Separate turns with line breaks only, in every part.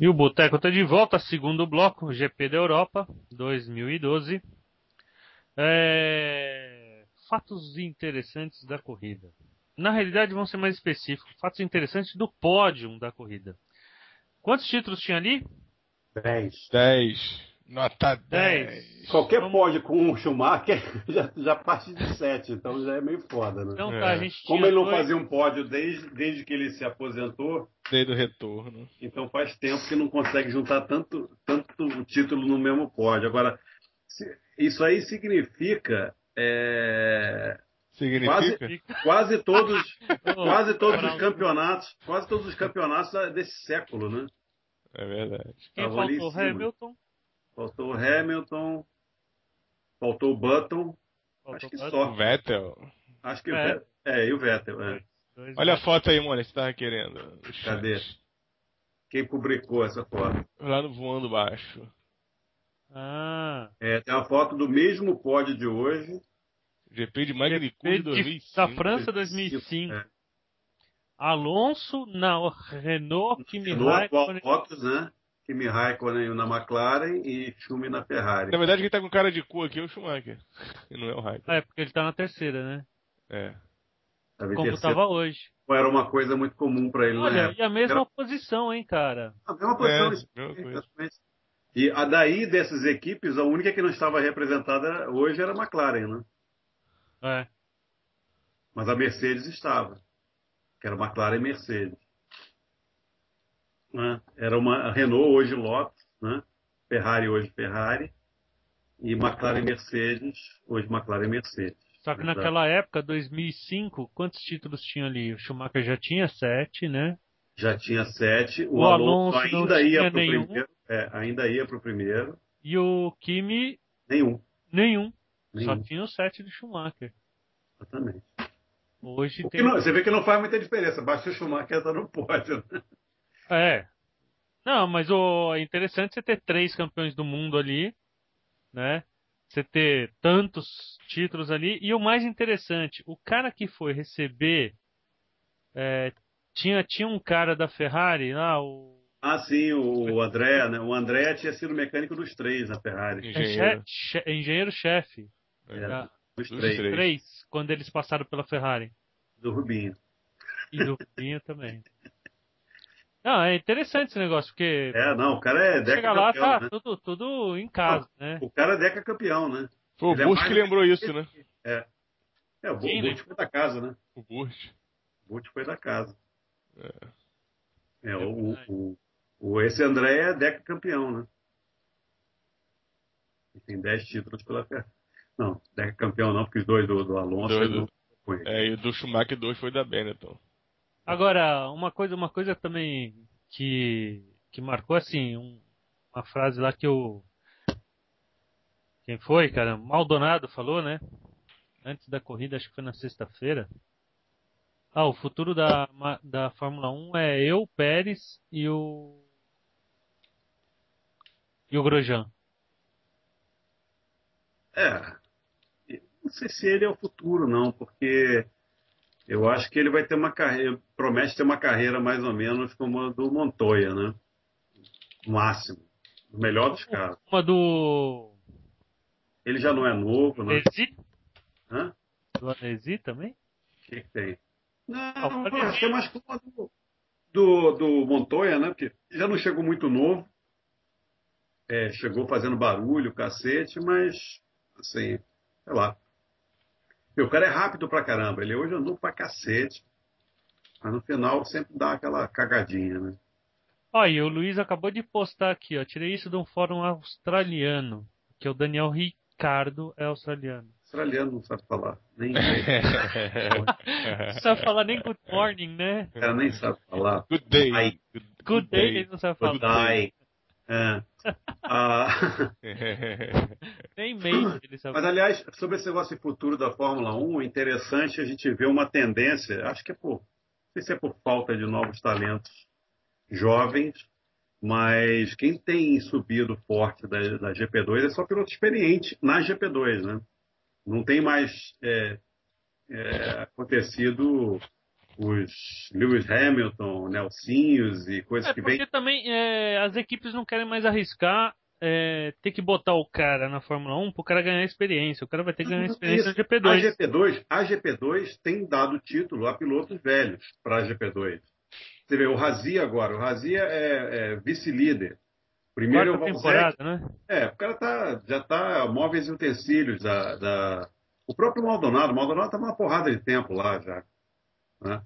E o Boteco tá de volta, segundo bloco, GP da Europa 2012. É... Fatos interessantes da corrida. Na realidade, vão ser mais específicos. Fatos interessantes do pódio da corrida. Quantos títulos tinha ali?
10.
10. Nota 10.
É, Qualquer pódio com um Schumacher já, já parte de 7, então já é meio foda, né?
Então tá, a gente
Como
tinha
ele não
dois-
fazia um pódio desde, desde que ele se aposentou,
Desde o retorno.
então faz tempo que não consegue juntar tanto, tanto título no mesmo pódio. Agora, se- isso aí significa é,
Significa?
quase todos,
Ô,
quase todos os
Ronaldo,
campeonatos, quase todos os campeonatos desse século, né?
É verdade.
Quem
Tava ali em
faltou?
cima.
Hamilton.
Faltou o Hamilton, faltou o Button, acho
Faltou
que
Button.
só.
O Vettel.
Acho que o
É.
Vettel. É, e o Vettel. é.
Dois
Olha a
Button.
foto aí, Mônica, que você tava querendo.
Cadê? Quem publicou essa foto?
Lá no voando baixo.
Ah,
É, tem uma foto do mesmo pódio de hoje.
GP de Magnitude
de-
2005.
da França 2005.
É,
Alonso na Renault, Kimi
no atual
Raikkonen.
Lotus, né? Kimi Raikkonen na McLaren e Schumi na Ferrari.
Na verdade, quem tá com cara de cu aqui é o Schumacher. E não é o Raikkonen.
É, porque ele tá na terceira, né?
É.
Sabe,
Como
terceiro
tava hoje.
Era uma coisa muito comum para ele é. na
Olha,
época.
e a mesma
Era
posição, hein, cara?
a mesma posição.
É,
isso-
mesma coisa.
exatamente. E a daí dessas equipes, a única que não estava representada hoje era a McLaren, né?
É.
Mas a Mercedes estava. Que era McLaren e Mercedes. Né? Era uma a Renault, hoje Lotus, né? Ferrari, hoje Ferrari. E McLaren e Mercedes, hoje McLaren e Mercedes.
Só que
Verdade.
naquela época, 2005, quantos títulos tinha ali? O Schumacher já tinha sete, né?
Já tinha sete. O,
O
Alonso,
Alonso não
ainda ia
tinha
para o
nenhum.
primeiro. É, ainda ia para o primeiro.
E o Kimi,
Nenhum.
nenhum. Só
Nenhum,
tinha o sete do Schumacher.
exatamente.
Hoje
O que
tem.
não- você vê que não faz muita diferença. Basta o Schumacher estar no pódio. né?
É. Não, mas o... é interessante você ter três campeões do mundo ali, né? Você ter tantos títulos ali. E o mais interessante, o cara que foi receber. é, tinha, tinha um cara da Ferrari lá, o
Ah, sim, o, o André, né? O André tinha sido mecânico dos três na Ferrari.
Engenheiro.
engenheiro- che- engenheiro-chefe.
Era
Ah,
dos
dos
três.
três.
Três, quando eles passaram pela Ferrari.
Do Rubinho.
E do Pinho também. Não, é interessante esse negócio, porque
É, não, o cara é
chega lá,
decacampeão,
tá
né?
tudo, tudo em casa, né?
O cara é decacampeão, né?
Foi o
Ele é
Burt
mais-
que lembrou isso, né?
É, o Bo-
Sim,
o Bolt foi da casa, né?
O Burt.
O Bolt foi da casa.
É.
É, o, o, o- esse André é decacampeão, né? Ele tem 10 títulos pela Ferrari. Não, decacampeão não, porque os dois do, do Alonso
Dois
ele
do-
não foi.
É, e o do Schumacher 2 foi da Benetton.
Agora, uma coisa, uma coisa também que, que marcou, assim, um- uma frase lá que o. Quem foi, cara? Maldonado falou, né? Antes da corrida, acho que foi na sexta-feira. Ah, o futuro da, ma- da Fórmula 1 é eu, Pérez e o. E o Grosjean.
É. Eu Não sei se ele é o futuro, não, porque eu acho que ele vai ter uma carreira, promete ter uma carreira mais ou menos como a do Montoya, né? O máximo. O melhor dos caras.
Uma do.
Ele já não é novo, né?
Anesi?
Hã?
Do Anesi também?
O que, que tem? Não,
Alfa
acho
Romeo.
que é mais como do, do, do Montoya, né? Porque já não chegou muito novo. É, chegou fazendo barulho, cacete, mas assim, sei lá. E o cara é rápido pra caramba. Ele hoje andou pra cacete. Mas no final sempre dá aquela cagadinha, né?
Ó, e o Luiz acabou de postar aqui, ó. Tirei isso de um fórum australiano, que é o Daniel Ricardo é australiano.
Australiano não sabe falar. Nem
Não sabe falar nem good morning, né?
o cara nem sabe falar.
Good day.
Ai.
Good day, eles não sabem
Good
falar.
day. É. Ah,
Nem mate, eles sabem
Mas, aliás, sobre esse negócio de futuro da Fórmula 1, interessante a gente ver uma tendência, acho que é por, não sei se é por falta de novos talentos jovens, mas quem tem subido forte da, da GP2 é só piloto experiente na GP2, né? Não tem mais é, é, acontecido os Lewis Hamilton, Nelsinhos e coisas
É
que
porque
vem.
também é, as equipes não querem mais arriscar é, ter que botar o cara na Fórmula 1 pro cara ganhar experiência. O cara vai ter que ganhar experiência
Isso.
no GP2.
A GP2, a GP2 tem dado título a pilotos velhos para a GP2. Você vê, o Razia agora, o Razia é, é vice-líder. Primeiro é o
Quarta
Valzec,
temporada, né?
É, o cara tá, já tá móveis e utensílios da, da- O próprio Maldonado, o Maldonado tá numa porrada de tempo lá já. né?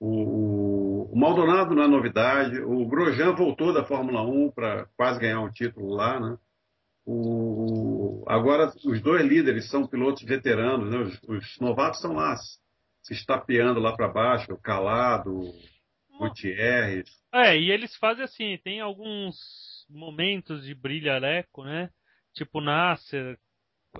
O, o- o Maldonado não é novidade, o Grosjean voltou da Fórmula 1 para quase ganhar um título lá, né? O, o- agora os dois líderes são pilotos veteranos, né? Os, os novatos estão lá se se estapeando lá para baixo, o Calado, o Gutierrez.
É, e eles fazem assim, tem alguns momentos de brilhareco, né? Tipo Nasser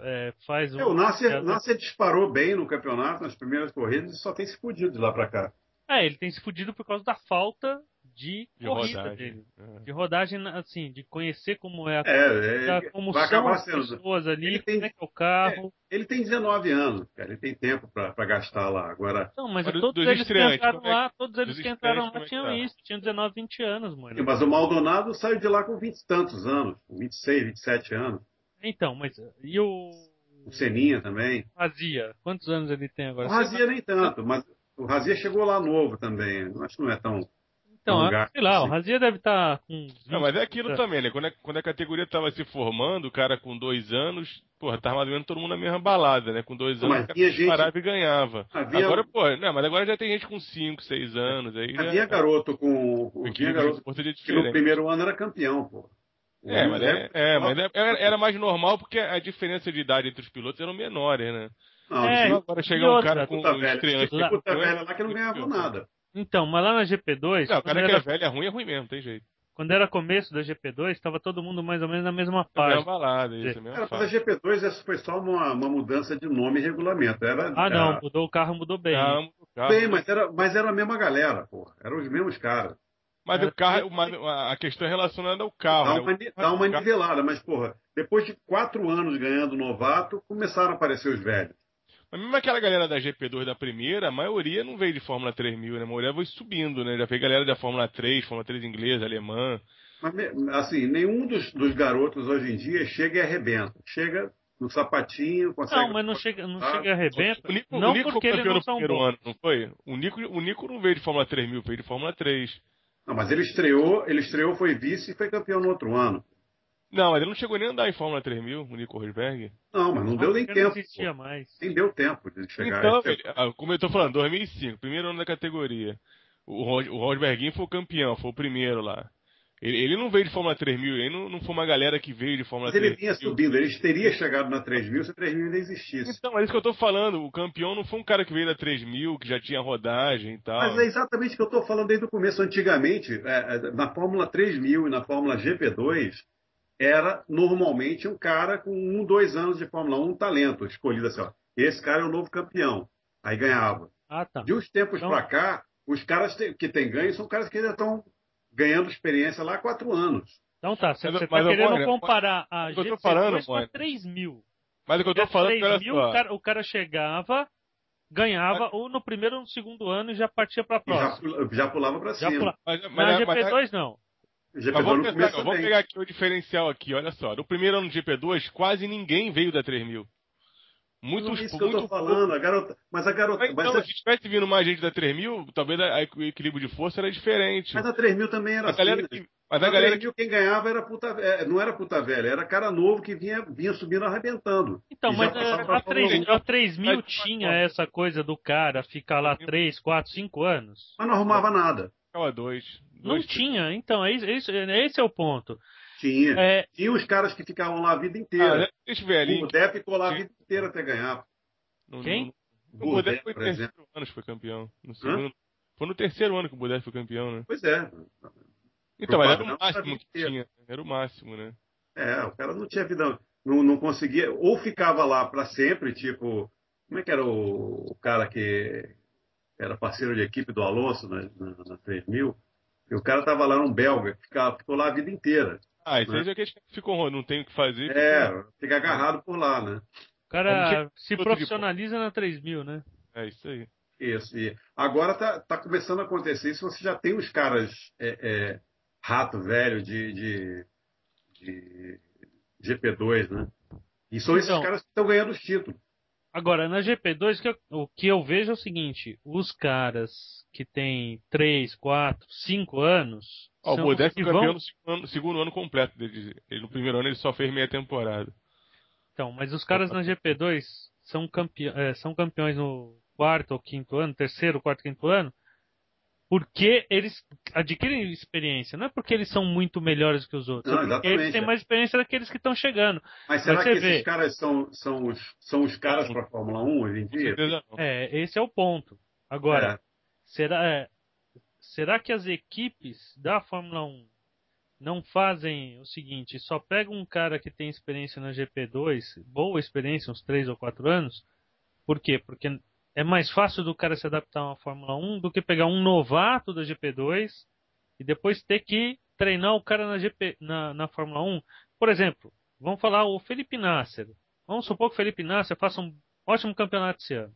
é, faz um.
É, o Nasser, o Nasser disparou bem no campeonato, nas primeiras corridas, e só tem se fudido de lá pra cá.
É, ele tem se fudido por causa da falta de,
De
corrida
rodagem. É.
dele. De rodagem, assim, de conhecer como é a
É, é,
da- como
vai
são
acabar
as
sendo.
pessoas ali,
Ele tem-
como é que é o carro.
ele tem 19 anos, cara, ele tem tempo pra pra gastar lá. Agora,
Não, mas
Mas do-
todos
dos
eles que
estreantes,
entraram
como é que-
lá, todos eles
dos
que entraram
estreantes, como
lá
é que
tinham
tá?
isso, tinham 19, 20 anos, mano.
mas o Maldonado saiu de lá com 20 e tantos anos, com 26, 27 anos.
Então, mas e o
O Seninha também.
Razia? Quantos anos ele tem
O
agora?
Razia nem tanto, mas o Razia chegou lá novo também. Acho que não é tão.
Então,
um
ah,
lugar,
sei lá, o
assim.
Razia deve estar com. 20,
Não, mas é aquilo
tá?
também, né? Quando a, quando a categoria tava se formando, o cara com dois anos, porra, tava mais ou menos todo mundo na mesma balada, né? Com dois
Não,
anos,
mas
o cara
tinha gente-
disparava e ganhava.
Havia-
Agora, porra, não, mas agora já tem gente com cinco, seis anos aí. já-
Havia é garoto com.
o
Havia
equilíbrio de
garoto
força de
que no
diferença.
primeiro ano era campeão, pô. O
É, mas,
Lewis
é, é, mas é- era, era
Hamilton-
mais normal porque a diferença de idade entre os pilotos eram menores, né?
Não,
É,
tinha
Agora
e
chegar um
outra,
cara com
puta
um
velha.
estreante.
Tinha puta
com-
velha lá que não ganhava nada.
Então, mas lá na GP2,
Não, o
quando,
cara que é
era,
velho é ruim, é ruim mesmo, tem jeito.
quando era começo da GP2, estava todo mundo mais ou menos na mesma
É uma
página.
balada, isso é
Cara,
mesmo.
mas a GP2 essa foi só uma, uma mudança de nome e regulamento. Era,
Ah, não,
era-
mudou o carro, mudou bem.
Bem, mas era, mas era a mesma galera, porra. Eram os mesmos caras.
Mas
É,
o carro, mas a questão é relacionada ao
Ah,
carro.
Dá
né?
uma,
O-
dá uma
o carro-
nivelada, mas, porra, depois de quatro anos ganhando novato, começaram a aparecer os velhos.
Mas mesmo aquela galera da GP2 da primeira, a maioria não veio de Fórmula 3000, né? A maioria foi subindo, né? Já veio galera da Fórmula 3, Fórmula 3 inglesa, alemã.
Mas, me- assim, nenhum dos, dos garotos hoje em dia chega e arrebenta. Chega no sapatinho, consegue.
Não, mas não chega, não
Ah,
chega arrebento.
O Nico, o
Não
Nico
porque
foi
eles
campeão
não
no
são
primeiro
bons.
ano, não foi? O Nico, o Nico não veio de Fórmula 3000, veio de Fórmula 3.
Não, mas ele estreou, ele estreou, foi vice e foi campeão no outro ano.
Não, mas ele não chegou nem a andar em Fórmula 3000, o Nico Rosberg.
Não, mas não deu nem
Porque
tempo.
Não existia
pô.
mais.
Nem deu tempo de chegar.
Então, velho, ah, como eu tô falando, 2005, primeiro ano da categoria. O, Ros- o Rosberguinho foi o campeão, foi o primeiro lá. Ele, ele não veio de Fórmula 3000, ele não, não foi uma galera que veio de Fórmula
Mas ele
3000.
vinha subindo, ele teria chegado na 3000 se a 3000 ainda existisse.
Então, é isso que eu tô falando. O campeão não foi um cara que veio da 3000, que já tinha rodagem e tal.
Mas é exatamente o que eu estou falando desde o começo. Antigamente, é, é, na Fórmula 3000 e na Fórmula GP2, era normalmente um cara com um, dois anos de Fórmula 1, um talento, escolhido assim, ó. Esse cara é o novo campeão. Aí ganhava.
Ah, tá.
De uns tempos
Então-
pra cá, os caras te- que têm ganho são caras que ainda estão ganhando experiência lá há quatro anos.
Então tá, você
Mas eu-
você
mas
tá
eu-
querendo
Mônica,
comparar a
eu tô
GP2
falando,
com a
Mônica.
3 mil.
Mas o que eu tô falando, é que, olha
3 mil, o
só.
cara, o cara chegava, ganhava, ou no primeiro ou no segundo ano e já partia pra
E já,
próxima.
pula- já pulava pra
Já
cima.
pula-
Mas, é,
Na
mas, mas, mas,
GP2 não.
GP2
mas
no
vamos, pensar,
começo
ó, vamos
também.
pegar aqui o diferencial aqui, olha só. No primeiro ano do GP2, quase ninguém veio da 3000. Muitos,
Não é
muito,
isso que eu tô
pouco.
falando, a garota. Mas a garota.
Mas,
mas é-
então,
a-
se tivesse vindo mais gente da 3000, talvez a- a- o equilíbrio de força era diferente.
Mas a 3 mil também era
a galera
assim. né?
que, mas a
Na
galera
3 mil, quem ganhava era puta velha. Não era puta velha, era cara novo que vinha, vinha subindo arrebentando.
Então,
E já
mas
passava
eh,
pra
a 3,
Fórmula 1.
a 3 mil
Mas-
tinha essa coisa do cara ficar lá 3, 4, 5 anos.
Mas não arrumava nada.
que ficava dois.
Não
dois, três.
tinha, então, é isso, é isso- é- esse é o ponto.
Tinha.
É,
Tinha os caras que ficavam lá a vida
Ah,
inteira.
né? Esse velhinho.
o Depp ficou lá a vida inteira até ganhar.
Não-
Quem?
não-
O
O Budef
Budef,
foi
por
no terceiro
exemplo.
ano que foi campeão. No segundo- Foi no terceiro ano que o Budef foi campeão, né?
Pois é.
Então, mas era
padrão,
o máximo que
era
tinha. Era o máximo, né?
É, o cara não tinha vida. Não, não conseguia. Ou ficava lá pra sempre, tipo. Como é que era o, o cara que era parceiro de equipe do Alonso na, na, na 3 mil? E o cara tava lá, era um belga, que ficava, ficou lá a vida inteira.
Ah, isso
Né?
aí já que eles ficam ro- não tem o que fazer.
É, fica agarrado por lá,
o
né?
Vamos
cara
chegar
se
outro de
profissionaliza na 3 mil, né?
fica- É isso aí.
Isso. E agora tá, tá começando a acontecer isso. Você já tem os caras é, é, rato velho de, de, de GP2, né? E são esses
Então.
caras que estão ganhando os títulos.
Agora, na GP2, que eu- o que eu vejo é o seguinte: os caras que têm 3, 4, 5 anos.
Ó, o
são
Bodeck
os que
foi campeão
vão-
no segundo ano, segundo ano completo. dele. Ele, no primeiro ano ele só fez meia temporada.
Então, mas os caras na GP2 são, campe- eh, são campeões no quarto ou quinto ano, terceiro, quarto, quinto ano, porque eles adquirem experiência. Não é porque eles são muito melhores que os outros. é
Não,
porque
exatamente,
eles têm
é.
mais experiência daqueles que estão chegando.
Mas será
Mas
que
você
esses
vê.
caras são, são, os, são os caras para a Fórmula 1 hoje em
Com
dia?
certeza não.
É, esse é o ponto. Agora,
É.
Será, é, será que as equipes da Fórmula 1 não fazem o seguinte, só pega um cara que tem experiência na GP2, boa experiência, uns 3 ou 4 anos, por quê? Porque é mais fácil do cara se adaptar a uma Fórmula 1 do que pegar um novato da GP2 e depois ter que treinar o cara na, GP, na, na Fórmula 1. Por exemplo, vamos falar o Felipe Nasser. Vamos supor que o Felipe Nasser faça um ótimo campeonato esse ano.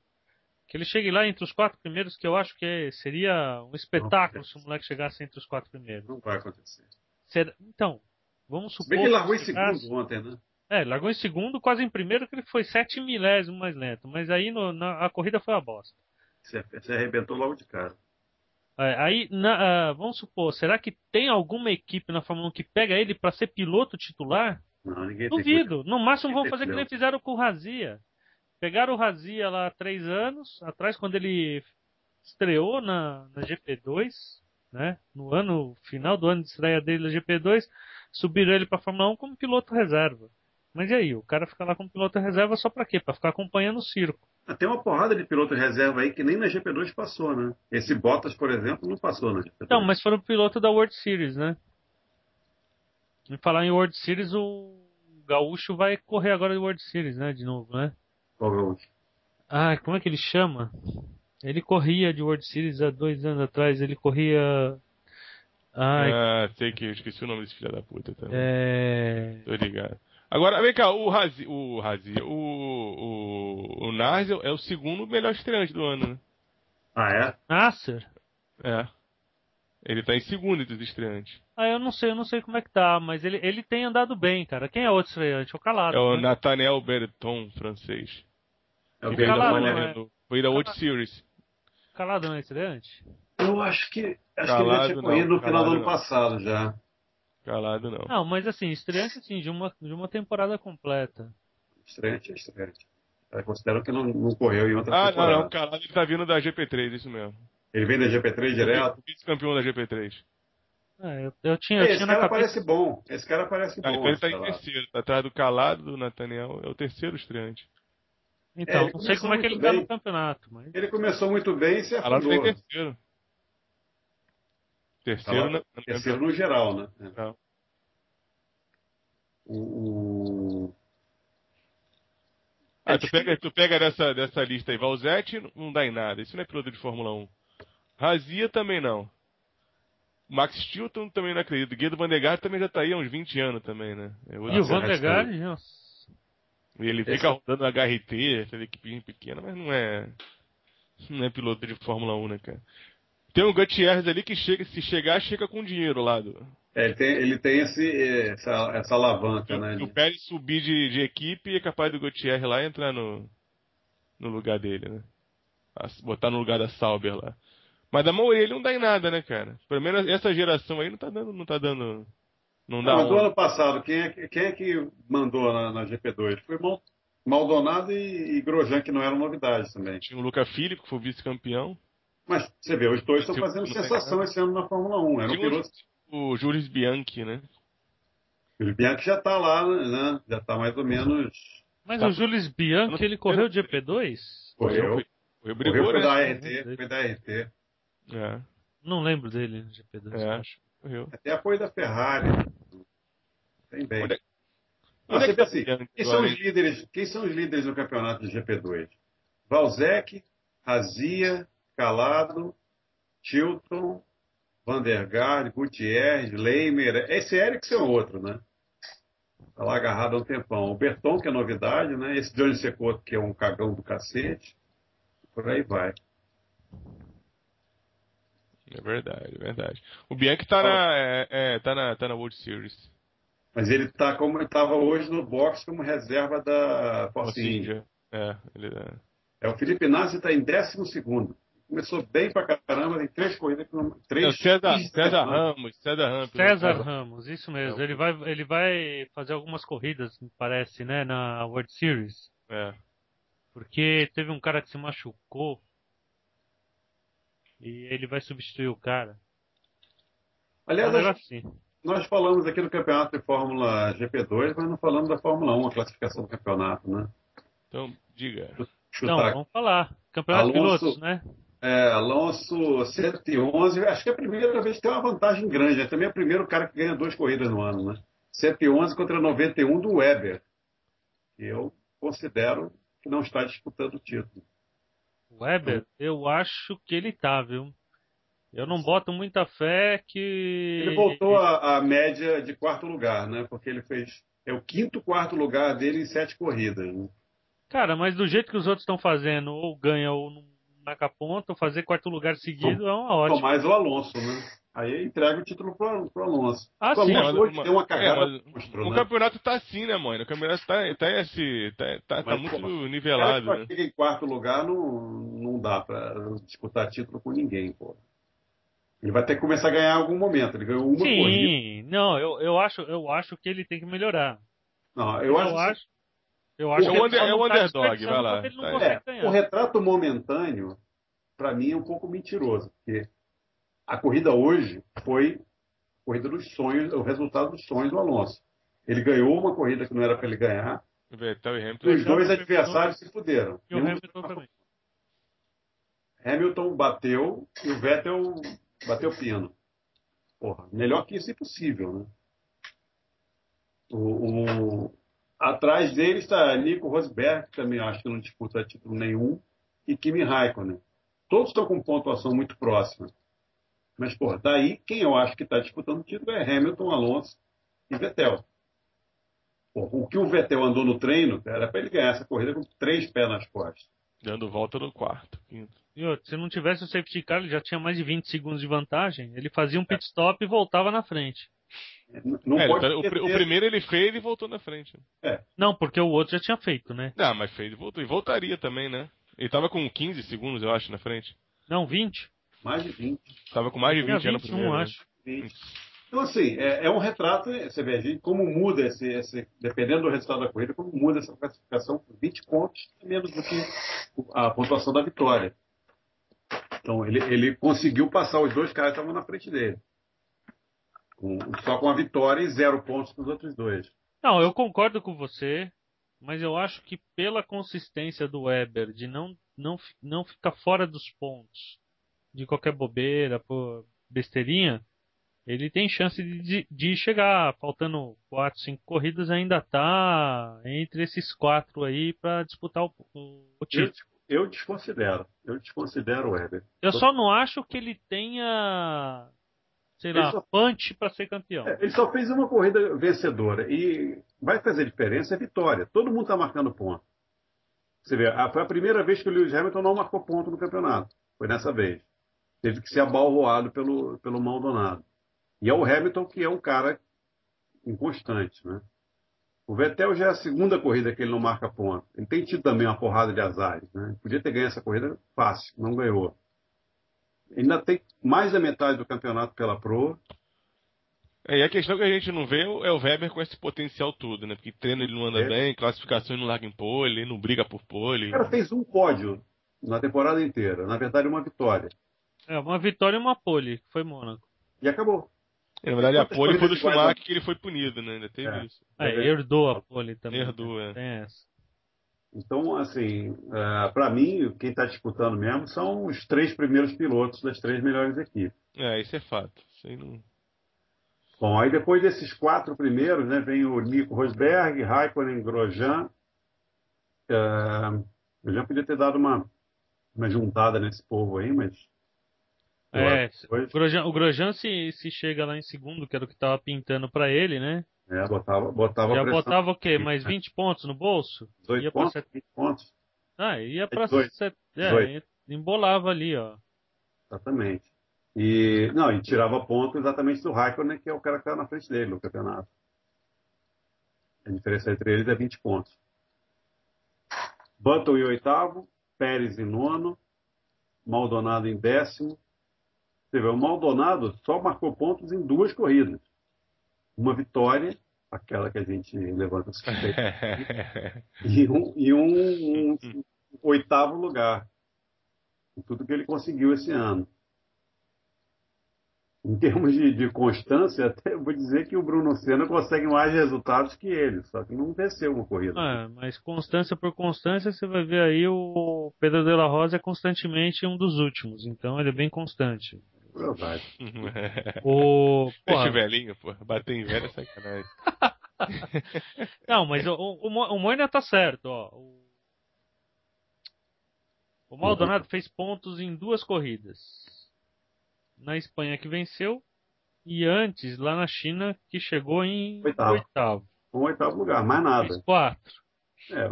Que ele chegue lá entre os quatro primeiros, que eu acho que seria um espetáculo se o moleque chegasse entre os quatro primeiros.
É, Não vai acontecer.
Será- Então, vamos
Se
supor.
bem que ele largou em
ele chegasse-
segundo ontem, né?
é, largou em segundo, quase em primeiro, que ele foi sete milésimos mais lento. Mas aí no- na, a corrida foi a bosta.
Se, se arrebentou logo de cara.
É, aí, na- ah, vamos supor, será que tem alguma equipe na Fórmula 1 que pega ele pra ser piloto titular?
Não, ninguém tem
Duvido. No máximo vão
Tem
fazer que nem
cuidado.
fizeram com o Razia. Pegaram o Razia lá há três anos atrás, quando ele estreou na, na GP2, né? No ano final do ano de estreia dele na GP2, subiram ele pra Fórmula 1 como piloto reserva. Mas e aí, o cara fica lá como piloto reserva só pra quê? Pra ficar acompanhando o circo.
Ah, Tem uma porrada de piloto reserva aí que nem na GP2 passou, né? Esse Bottas, por exemplo, não passou na GP2.
Então, mas foram piloto da World Series, né? E falar em World Series, o Gaúcho vai correr agora de World Series, né? De novo, né?
Qual é o-
Ah, como é que ele chama? Ele corria de World Series há dois anos atrás. Ele corria. Ai,
Ah, sei que eu esqueci o nome desse filho da puta também.
é.
Tô ligado. Agora, vem cá, o Razi, o Razi, o, o, o Narzel é o segundo melhor estreante do ano, né?
Ah, é?
Nasser?
É. Ele tá em segundo dos estreantes.
Ah, eu não sei, eu não sei como é que tá, mas ele, ele tem andado bem, cara. Quem é outro estreante? O Calado.
É o
né?
Nathaniel Berton, francês.
É
tá
o
Que
que ele
veio da
Calado,
Fórmula
né?
Renault. Veio da World Series.
Calado não é estreante?
Eu acho que. Acho que ele já
Calado
tinha
não,
corrido no final
calado
do ano
não.
passado já.
Calado não.
Não, mas assim, estreante assim, de uma, de uma temporada completa.
Estreante, é estreante. Ela considera que não, não correu em outra
Ah, não,
temporada.
não. Calado ele tá vindo da GP3, isso mesmo. é
Ele vem da GP3 direto.
Vice-campeão da GP3.
É, eu, eu tinha, eu
Esse
tinha na cabeça.
cara parece bom. Esse cara parece bom.
Ah, então ele tá
sei
em
lá.
terceiro. Tá atrás do Calado, do Nathaniel. É o terceiro estreante.
Então,
É,
não sei
começou
como é que ele
muito
tá
bem.
no campeonato, mas.
Ele começou muito bem e se
Calado tá em
afundou.
terceiro. Terceiro,
Calado,
na, na-
Terceiro no geral, né? É.
Não.
O, o-
É, tipo
Ah, tu pega, tu pega dessa, dessa lista aí, Valzetti não dá em nada, isso não é piloto de Fórmula 1. Razia também não. Max Stilton também não acredito. Guido Van der Garde também já tá aí há uns 20 anos também, né? É outro
E o
Nossa,
Van
é
der Garde,
tá-
nossa.
E ele
Esse-
fica rodando HRT, essa equipe pequena, mas não é. Não é piloto de Fórmula 1, né, cara? Tem um Gutierrez ali que chega, se chegar, chega com dinheiro lá. Do,
é, ele tem, ele tem esse, essa, essa alavanca, né?
se o
de-
Pérez subir de, de equipe, é capaz do Gutierrez lá entrar no, no lugar dele, né? A- Botar no lugar da Sauber lá. Mas a maioria ele não dá em nada, né, cara? Pelo menos essa geração aí não tá dando. Não tá dando. Não dá um.
Não, mas do
onda.
ano passado, quem é, que- quem é que mandou na, na GP2? Foi Mal- Maldonado e, e Grosjean, que não eram novidades também.
Tinha o Luca Filipe, que foi vice-campeão.
Mas você vê, os dois estão
Sim,
fazendo
não tem
sensação
nada.
esse ano na Fórmula 1. Era um
Tinha
piloto.
o, o Júlio Bianchi, né?
O Bianchi já está lá, né? Já está mais ou menos.
Mas
Tá.
o Jules Bianchi, ele correu de GP2?
Correu.
Correu, brigou,
Correu, foi
né?
da RT, foi da RT.
É,
Não lembro dele no GP2.
é,
eu acho.
acho que correu.
Até apoio da Ferrari. Tem bem.
Onde é-
Ah,
onde
você
é que tá
pensa assim,
Bianchi
quem, são
agora,
os líderes, quem são os líderes do campeonato de GP2? Valzec, Razia, Calado, Tilton, Vandergaard, Gutierrez, Leimer. Esse Ericsson é outro, né? Tá lá agarrado há um tempão. O Berton, que é novidade, né? Esse Johnny Secoto, que é um cagão do cacete. Por aí vai.
É verdade, é verdade. O Bianchi tá na, é, é, tá na, tá na World Series.
Mas ele tá como ele estava hoje no box como reserva da Force India.
Assim, é, ele é.
É, o Felipe Nassi está em 12. Começou bem pra caramba, tem três corridas que não. Três.
É o César,
três-
César Ramos, César Ramos.
César Ramos, isso mesmo.
É.
Ele vai, ele vai fazer algumas corridas, me parece, né, na World Series.
É.
Porque teve um cara que se machucou e ele vai substituir o cara.
Aliás,
Era
acho-
assim.
nós falamos aqui do campeonato de Fórmula GP2, mas não falamos da Fórmula 1, a classificação do campeonato, né?
Então, diga.
Não,
Chutar.
vamos falar. Campeonato de
Alonso-
pilotos, né?
É, Alonso 111, acho que é a primeira vez que tem uma vantagem grande, né? Também é o primeiro cara que ganha duas corridas no ano, né? 111 contra 91 do Weber, que eu considero que não está disputando o título.
O Weber, eu acho que ele tá, viu? Eu não boto muita fé que.
Ele voltou à, à média de quarto lugar, né? Porque ele fez. É o quinto quarto lugar dele em sete corridas. Né?
Cara, mas do jeito que os outros estão fazendo, ou ganha ou não marca ponto, fazer quarto lugar seguido é uma
Só
ótima.
mais o Alonso, né? Aí entrega o título pro, pro Alonso.
Ah,
o Alonso
sim, mas-
hoje deu uma
é,
cagada
mas
monstro,
O
né?
campeonato tá assim, né, mano? O campeonato tá, tá, esse, tá, tá, tá
Mas,
muito
pô, O cara que
nivelado,
só
né?
chega em quarto lugar não, não dá pra disputar título com ninguém, pô. Ele vai ter que começar a ganhar em algum momento. Ele ganhou uma corrida.
Sim, não, eu, eu, acho, eu acho que ele tem que melhorar.
Não,
Eu,
eu acho,
acho. Eu acho
É o
que ele
under-
só
é
não
o
tá
underdog,
desperdiçando
vai lá.
quando Ele não
Tá aí.
consegue
é, o
ganhar.
retrato momentâneo, pra mim, é um pouco mentiroso, porque a corrida hoje foi a corrida dos sonhos, o resultado dos sonhos do Alonso. Ele ganhou uma corrida que não era pra ele ganhar,
Vettel e Hamilton.
e os
Vettel
dois
foi campeão.
adversários se fuderam.
um E o
Nenhum-
tá
Hamilton também.
Hamilton bateu e o Vettel bateu pino. Porra, melhor que isso é impossível, né? O, o- Atrás dele está Nico Rosberg, que também acho que não disputa título nenhum, e Kimi Raikkonen. Todos estão com pontuação muito próxima. Mas, porra, daí quem eu acho que está disputando o título é Hamilton, Alonso e Vettel. Porra, o que o Vettel andou no treino, era para ele ganhar essa corrida com três pés nas costas.
Dando volta no quarto, quinto.
E outro, se não tivesse o safety car, ele já tinha mais de 20 segundos de vantagem. Ele fazia um pit stop e voltava na frente.
N- Não
É, ele
pode
tá- o, pri- o
esquecer-
primeiro ele fez e voltou na frente.
Não, porque o outro já tinha feito, né?
Não, mas fez e voltou. E voltaria também, né? Ele tava com 15 segundos, eu acho, na frente.
Não, 20?
Mais de 20,
Tava com mais de
Tinha
20 anos
21,
primeiro. né?
acho.
20. Então, assim, é, é um retrato, né? você vê a gente, como muda esse, esse- dependendo do resultado da corrida, como muda essa classificação por 20 pontos, é menos do que o- a pontuação da vitória. Então, ele, ele conseguiu passar os dois caras que estavam na frente dele. Com- só com a vitória e zero pontos dos outros dois.
Não, eu concordo com você, mas eu acho que pela consistência do Weber de não, não, fi- não ficar fora dos pontos de qualquer bobeira, por besteirinha, ele tem chance de- de, de chegar, faltando quatro, cinco corridas, ainda tá entre esses quatro aí pra disputar o, o- o
Eu,
título.
eu desconsidero. Eu desconsidero o Weber.
Eu só não acho que ele tenha, sei
Ele
lá,
só-
punch pra ser campeão.
É, Ele só fez uma corrida vencedora e vai fazer diferença é vitória. Todo mundo está marcando ponto. Você vê, a- foi a primeira vez que o Lewis Hamilton não marcou ponto no campeonato. Foi nessa vez. Teve que ser abalroado pelo, pelo Maldonado. E é o Hamilton que é um cara inconstante, né? O Vettel já é a segunda corrida que ele não marca ponto. Ele tem tido também uma porrada de azares, né? Ele Podia ter ganho essa corrida fácil, não ganhou. Ainda tem mais da metade do campeonato pela proa.
É, e a questão que a gente não vê é o é o Weber com esse potencial todo, né? Porque treino ele não anda
É.
bem, classificação ele não larga em pole, ele não briga por
O
pole.
cara fez um pódio na temporada inteira, na verdade uma vitória.
É, uma vitória e uma pole, que foi Mônaco.
E acabou.
E, É, Na verdade, a
Quantas
pole foi do
corridas iguais a-
Schumacher que ele foi punido, né? Ainda teve
É.
isso.
É,
É.
herdou a pole também. né?
Herdou, é.
Tem essa.
Então, assim, para mim, quem está disputando mesmo são os três primeiros pilotos das três melhores equipes.
É, isso é fato. Isso aí não.
Bom, aí depois desses quatro primeiros, né, vem o Nico Rosberg, Raikkonen, Grosjean. Ah, eu já podia ter dado uma, uma juntada nesse povo aí, mas.
É,
Foi.
o Grosjean, o Grosjean se, se chega lá em segundo, que era o que tava pintando pra ele, né?
É, botava, botava
Já
pressão.
botava o quê? Mais 20 pontos no bolso? Ia pra
18 pontos,
set-
20 pontos.
Ah, ia pra.
18,
set- é,
18.
ia- embolava ali, ó.
Exatamente. E, não, e tirava ponto exatamente do Raikkonen, que é o cara que está na frente dele no campeonato. A diferença entre eles é 20 pontos. Button em oitavo, Pérez em nono, Maldonado em décimo. Você vê, o Maldonado só marcou pontos em duas corridas. Uma vitória, aquela que a gente levanta os e um, e um, um oitavo lugar. E tudo que ele conseguiu esse ano. Em termos de, de constância, até vou dizer que o Bruno Senna consegue mais resultados que ele, só que não venceu uma corrida.
Ah, mas constância por constância, você vai ver aí o Pedro de la Rosa é constantemente um dos últimos, então ele é bem constante.
Verdade.
O,
Esse
porra,
velhinho, pô. Bater em velho é sacanagem.
não, mas o, o, Mo- o Moina tá certo, ó. O, o Maldonado fez pontos em duas corridas. Na Espanha que venceu e antes lá na China que chegou em
Oitavo.
oitavo.
Um oitavo lugar, mais nada.
Fez quatro.
É,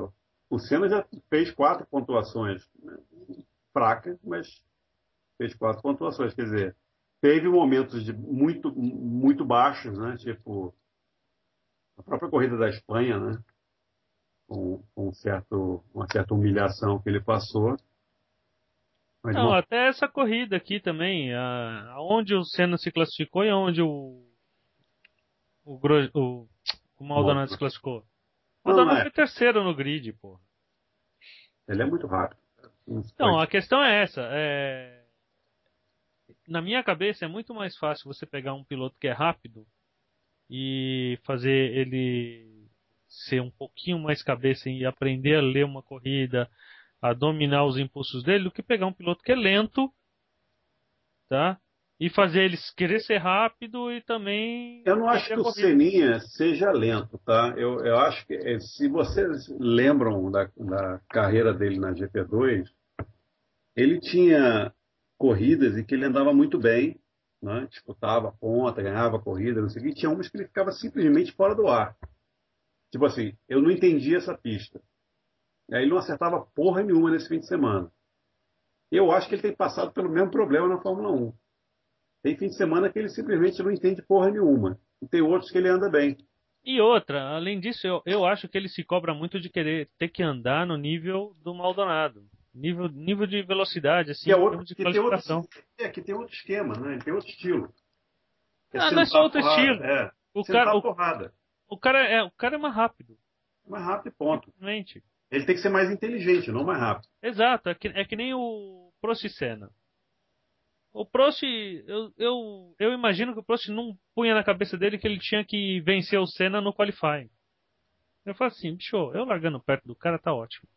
o Senna já fez quatro pontuações né? fracas, mas fez quatro pontuações. Quer dizer, teve momentos de muito, muito baixos, né? Tipo a própria corrida da Espanha, né? Com, com um certo, uma certa humilhação que ele passou. Mas
Não, é,
não,
até essa corrida aqui também, a, aonde o Senna se classificou e aonde o o, Gro- o, o Maldonado se classificou. O
Não,
Maldonado
é.
é terceiro no grid, pô.
ele é muito rápido.
Então, a questão é essa. é, Na minha cabeça é muito mais fácil você pegar um piloto que é rápido e fazer ele ser um pouquinho mais cabeça e aprender a ler uma corrida, a dominar os impulsos dele, do que pegar um piloto que é lento, tá? E fazer ele querer ser rápido e também.
Eu não acho que
perder a
o
é corrida.
Seninha seja lento, tá? Eu, eu acho que eh, se vocês lembram da, da carreira dele na GP2, ele tinha corridas em que ele andava muito bem, né? disputava a ponta, ganhava a corrida, não sei o que, tinha umas que ele ficava simplesmente fora do ar. Tipo assim, eu não entendi essa pista. Aí ele não acertava porra nenhuma nesse fim de semana. Eu acho que ele tem passado pelo mesmo problema na Fórmula 1. Tem fim de semana que ele simplesmente não entende porra nenhuma. E tem outros que ele anda bem.
E outra, além disso, eu, eu acho que ele se cobra muito de querer ter que andar no nível do Maldonado. Nível, nível de velocidade, assim,
Que é
em
outro,
termos de
que tem outro,
qualificação.
é, que tem outro esquema, né? Ele tem outro estilo. É
Ah, não é só
sentar
outro
porrada,
estilo.
É,
O
sentar
cara, o,
porrada.
o cara é, o cara é mais rápido,
Mais rápido e ponto.
realmente.
Ele tem que ser mais inteligente, não mais rápido.
Exato, é que, é que nem o Prost e Senna. O Prost, eu, eu, eu imagino que o Prost não punha na cabeça dele que ele tinha que vencer o Senna no qualifying. Eu falo assim, bicho, eu largando perto do cara tá ótimo.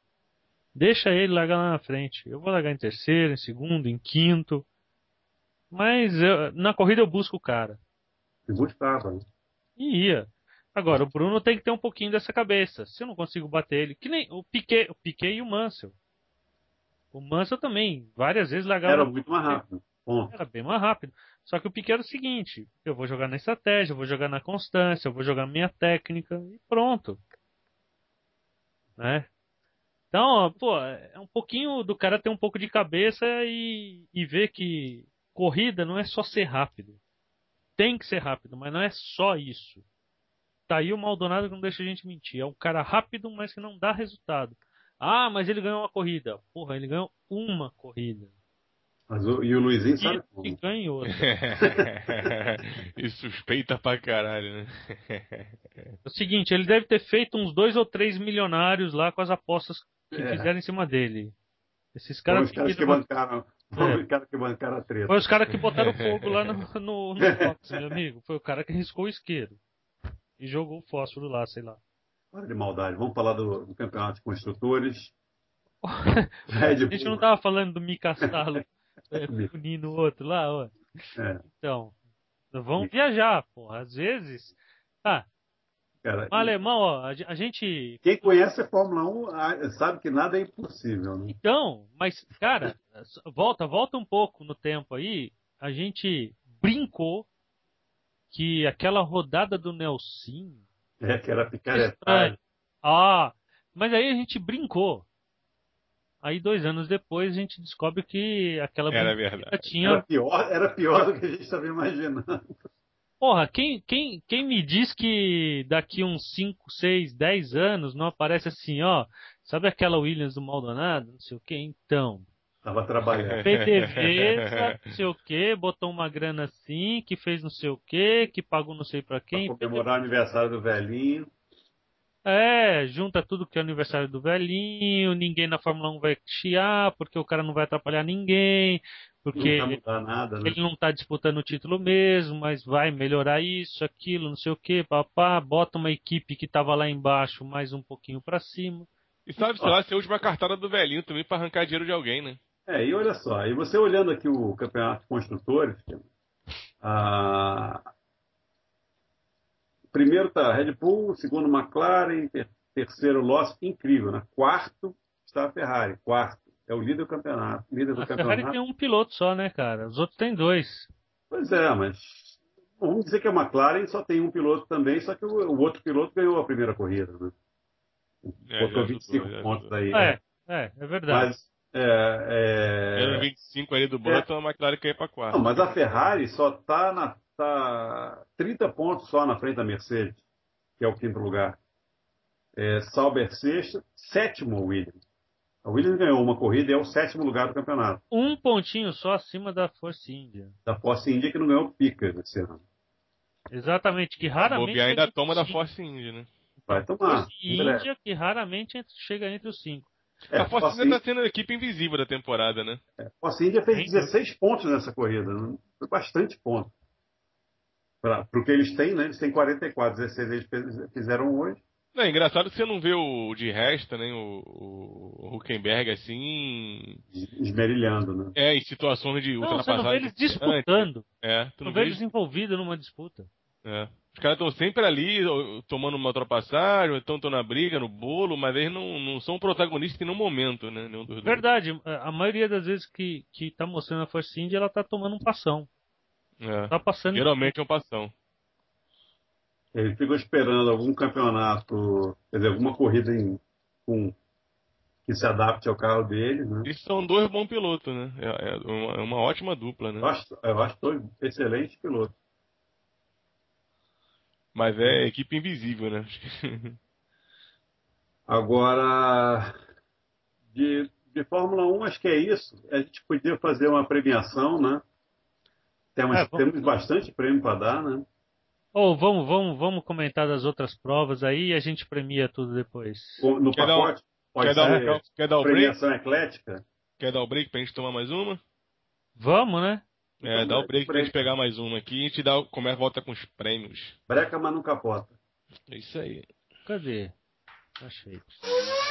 Deixa ele largar lá na frente. Eu vou largar em terceiro, em segundo, em quinto. Mas eu- na corrida eu busco o cara.
E gostava. né?
E ia. Agora, o Bruno tem que ter um pouquinho dessa cabeça. Se eu não consigo bater ele, que nem o Piquet, o Piquet e o Mansell. O Mansell também, várias vezes largava
Era muito mais rápido. Ponto.
era bem mais rápido. Só que o Piquet era o seguinte: eu vou jogar na estratégia, eu vou jogar na constância, eu vou jogar minha técnica e pronto. Né? Então, ó, pô, é um pouquinho do cara ter um pouco de cabeça e, e ver que corrida não é só ser rápido. Tem que ser rápido, mas não é só isso. Tá aí o Maldonado que não deixa a gente mentir. É um cara rápido, mas que não dá resultado. Ah, mas ele ganhou uma corrida. Porra, ele ganhou uma corrida.
Mas o- e o Luizinho
E,
sabe
e
como.
ganhou.
e suspeita pra caralho, né?
É o seguinte, ele deve ter feito uns dois ou três milionários lá com as apostas que
É.
fizeram em cima dele. Esses
Foram
caras
os caras que
foram-
bancaram.
É.
foram os caras que bancaram a treta.
foi os caras que botaram fogo lá no, no, no
É.
box, meu amigo. Foi o cara que riscou o isqueiro. E jogou o fósforo lá, sei lá.
Para de maldade. Vamos falar do, do campeonato de construtores.
A
Red
gente não tá
Bull.
tava falando do Mika Salo é, punindo o outro lá, ó.
É,
Então, vamos viajar, porra. Às vezes. Ah,
cara,
o alemão, ó, a ge- a gente
Quem conhece a Fórmula 1 ah, sabe que nada é impossível, né?
Então, mas, cara, volta, volta um pouco no tempo aí. A gente brincou que aquela rodada do Nelson.
É que era
Estranho.
picaretagem.
Ah, mas aí a gente brincou. Aí dois anos depois a gente descobre que aquela
Tá
Era
boneca
verdade.
Era
tinha. um-
pior, era pior do que a gente estava imaginando.
Porra, quem, quem, quem me diz que daqui uns 5, 6, 10 anos não aparece assim, ó. Sabe aquela Williams do Maldonado? Não sei o que, então.
Estava trabalhando.
É, PTV, sabe não sei o que, botou uma grana assim, que fez não sei o que, que pagou não sei pra
Para
quem.
comemorar o aniversário do velhinho.
É, junta tudo que é aniversário do velhinho, ninguém na Fórmula 1 vai chiar, porque o cara não vai atrapalhar ninguém, porque
Não vai mudar nada, né?
ele não tá disputando o título mesmo, mas vai melhorar isso, aquilo, não sei o que, papá, bota uma equipe que tava lá embaixo mais um pouquinho pra cima.
E sabe, sei lá, se é a última cartada do velhinho também pra arrancar dinheiro de alguém, né?
É, e olha só, e você olhando aqui o campeonato de construtores, a... primeiro tá Red Bull, segundo McLaren, ter- terceiro Loss, incrível, né? Quarto está a Ferrari, quarto. É o líder do campeonato. Líder do
A
campeonato.
Ferrari tem um piloto só, né, cara? Os outros tem dois.
Pois é, mas vamos dizer que a McLaren só tem um piloto também, só que o, o outro piloto ganhou a primeira corrida, né?
É, já
Botou
ajudou,
25
já
pontos
ajudou.
aí.
É, é, é verdade.
Mas, é, é,
Era 25 ali do Button, a McLaren caiu pra
Não,
4.
mas a Ferrari só está na tá 30 pontos só na frente da Mercedes, que é o quinto lugar. É, Sauber sexto, sétimo a Williams. A Williams ganhou uma corrida e é o sétimo lugar do campeonato.
Um pontinho só acima da Force India.
Da Force India que não ganhou pica esse ano.
Exatamente, que
O
raramente.
Bobear
é
ainda
entra
toma da
cinco.
Force India, né?
Vai tomar.
Force India que raramente entra- chega entre os cinco.
É,
a Force India
India-
tá sendo a equipe invisível da temporada, né?
Força Índia fez
Sim.
16 pontos nessa corrida. né? Foi bastante ponto. Para o que eles têm, né? Eles têm 44, 16 eles fe- fizeram hoje.
Não, é engraçado que você não vê o de resta, nem o, o Huckenberg assim.
Esmerilhando, né?
É, em situações de
Não, você não vê
ultrapassagem.
eles disputando.
É, tu
Não
não
vê
vê
eles envolvidos numa disputa.
É. Os caras estão sempre ali ou- tomando uma ultrapassagem, ou então estão na briga, no bolo, mas eles não, não são protagonistas em nenhum momento, né? Nenhum dos dois.
Verdade, a a maioria das vezes que, que tá mostrando a Force India, ela tá tomando um passão.
É.
Tá passando.
Geralmente é um passão.
Ele ficou esperando algum campeonato, quer dizer, alguma corrida em, com, que se adapte ao carro dele. Né?
Eles são dois bons pilotos, né? É, é uma, é uma ótima dupla, né?
Eu acho, eu acho dois excelentes pilotos.
Mas é equipe invisível, né?
Agora, de, de Fórmula 1, acho que é isso. A gente podia fazer uma premiação, né? Temos,
É, vamos-
temos bastante prêmio para dar, né?
Ou Oh, vamos, vamos, vamos comentar das outras provas aí e a gente premia tudo depois.
Com- No
Quer dar um-
pacote, pode
quer, dar
ser
o, quer dar o break?
premiação eclética.
Quer dar o break pra gente tomar mais uma?
Vamos, né?
É,
Então,
dá o break pra
break.
gente pegar mais uma aqui e a gente dá, o- começa, volta com os prêmios.
Breca, mas não capota.
É isso aí.
Cadê? Achei.
Thank you.